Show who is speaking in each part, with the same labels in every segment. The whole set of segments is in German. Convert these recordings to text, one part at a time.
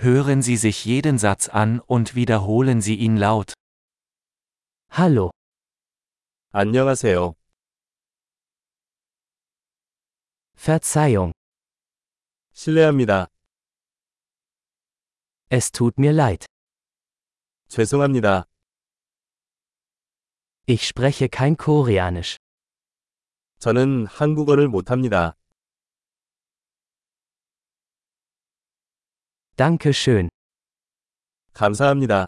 Speaker 1: Hören Sie sich jeden Satz an und wiederholen Sie ihn laut. Hallo,
Speaker 2: 안녕하세요.
Speaker 1: Verzeihung,
Speaker 2: 실례합니다.
Speaker 1: es tut mir leid.
Speaker 2: 죄송합니다.
Speaker 1: Ich spreche kein Koreanisch.
Speaker 2: 저는 한국어를 못합니다.
Speaker 1: Danke schön,
Speaker 2: 감사합니다.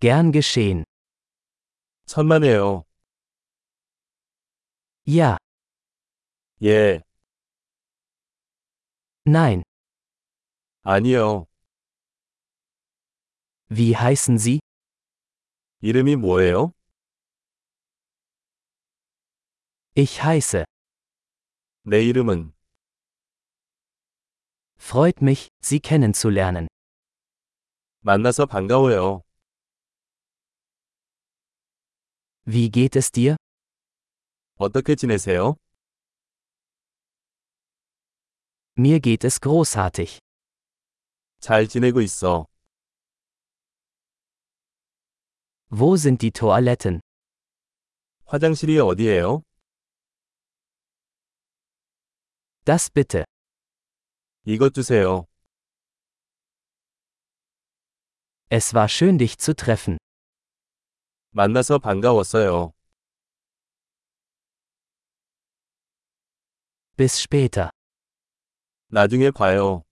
Speaker 1: gern geschehen.
Speaker 2: 천만에요.
Speaker 1: Ja,
Speaker 2: 예,
Speaker 1: nein,
Speaker 2: 아니요.
Speaker 1: wie heißen Sie?
Speaker 2: 이름이 뭐예요?
Speaker 1: Ich heiße.
Speaker 2: 내 이름은
Speaker 1: Freut mich, Sie kennenzulernen.
Speaker 2: 만나서 반가워요.
Speaker 1: Wie geht es dir?
Speaker 2: 어떻게 지내세요?
Speaker 1: Mir geht es großartig.
Speaker 2: 잘 지내고 있어.
Speaker 1: Wo sind die Toiletten?
Speaker 2: 화장실이 어디예요?
Speaker 1: Das bitte.
Speaker 2: 이것 주세요.
Speaker 1: Es war schön, dich zu treffen.
Speaker 2: 만나서 반가웠어요.
Speaker 1: Bis später.
Speaker 2: 나중에 봐요.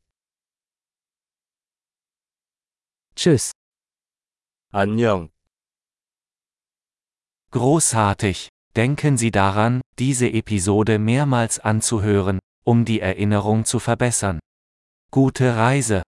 Speaker 1: Tschüss.
Speaker 2: 안녕.
Speaker 1: Großartig! Denken Sie daran, diese Episode mehrmals anzuhören, um die Erinnerung zu verbessern. Gute Reise!